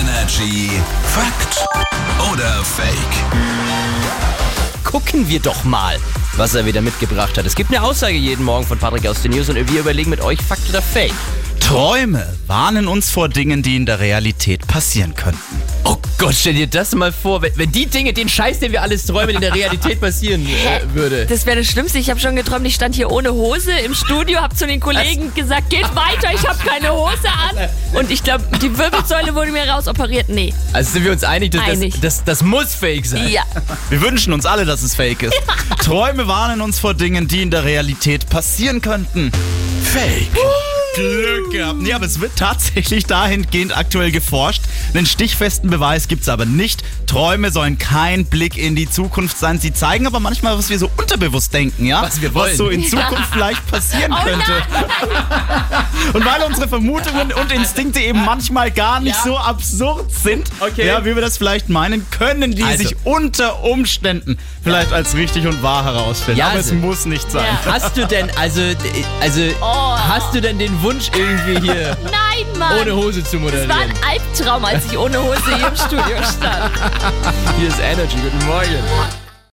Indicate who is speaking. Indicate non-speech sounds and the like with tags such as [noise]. Speaker 1: Energy Fakt oder Fake?
Speaker 2: gucken wir doch mal, was er wieder mitgebracht hat. Es gibt eine Aussage jeden Morgen von Patrick aus den News und wir überlegen mit euch, Fakt oder Fake.
Speaker 3: Träume warnen uns vor Dingen, die in der Realität passieren könnten.
Speaker 2: Oh Gott, stell dir das mal vor, wenn, wenn die Dinge, den Scheiß, den wir alles träumen, in der Realität passieren äh, würde.
Speaker 4: Das wäre das Schlimmste. Ich habe schon geträumt, ich stand hier ohne Hose im Studio, habe zu den Kollegen gesagt, geht weiter, ich habe keine Hose an. Und ich glaube, die Wirbelsäule wurde mir rausoperiert. Nee,
Speaker 2: Also sind wir uns einig, dass
Speaker 4: Einig.
Speaker 2: Das, das, das muss Fake sein.
Speaker 4: ja.
Speaker 3: Wir wünschen uns alle, dass es fake ist. Träume warnen uns vor Dingen, die in der Realität passieren könnten.
Speaker 1: Fake.
Speaker 3: Glück gehabt. Nee, aber es wird tatsächlich dahingehend aktuell geforscht. Einen stichfesten Beweis gibt es aber nicht. Träume sollen kein Blick in die Zukunft sein. Sie zeigen aber manchmal, was wir so unterbewusst denken, ja?
Speaker 2: Was wir wollen.
Speaker 3: Was so in Zukunft vielleicht passieren könnte. Und weil unsere Vermutungen und Instinkte eben manchmal gar nicht
Speaker 2: Ja.
Speaker 3: so absurd sind,
Speaker 2: Okay.
Speaker 3: ja, wie wir das vielleicht meinen, können die
Speaker 2: Also.
Speaker 3: sich unter Umständen vielleicht als richtig und wahr herausstellen.
Speaker 2: Ja, also.
Speaker 3: aber es
Speaker 2: sie-
Speaker 3: muss nicht sein.
Speaker 4: Ja.
Speaker 2: Hast du denn, also, äh, also, hast du denn den Wunsch irgendwie hier
Speaker 4: Oh. [laughs] Nein, Mann.
Speaker 2: ohne Hose zu
Speaker 4: das war
Speaker 2: moderieren?
Speaker 4: ein Albtraum, als ich ohne Hose hier im Studio stand.
Speaker 2: Hier ist Energy, guten Morgen.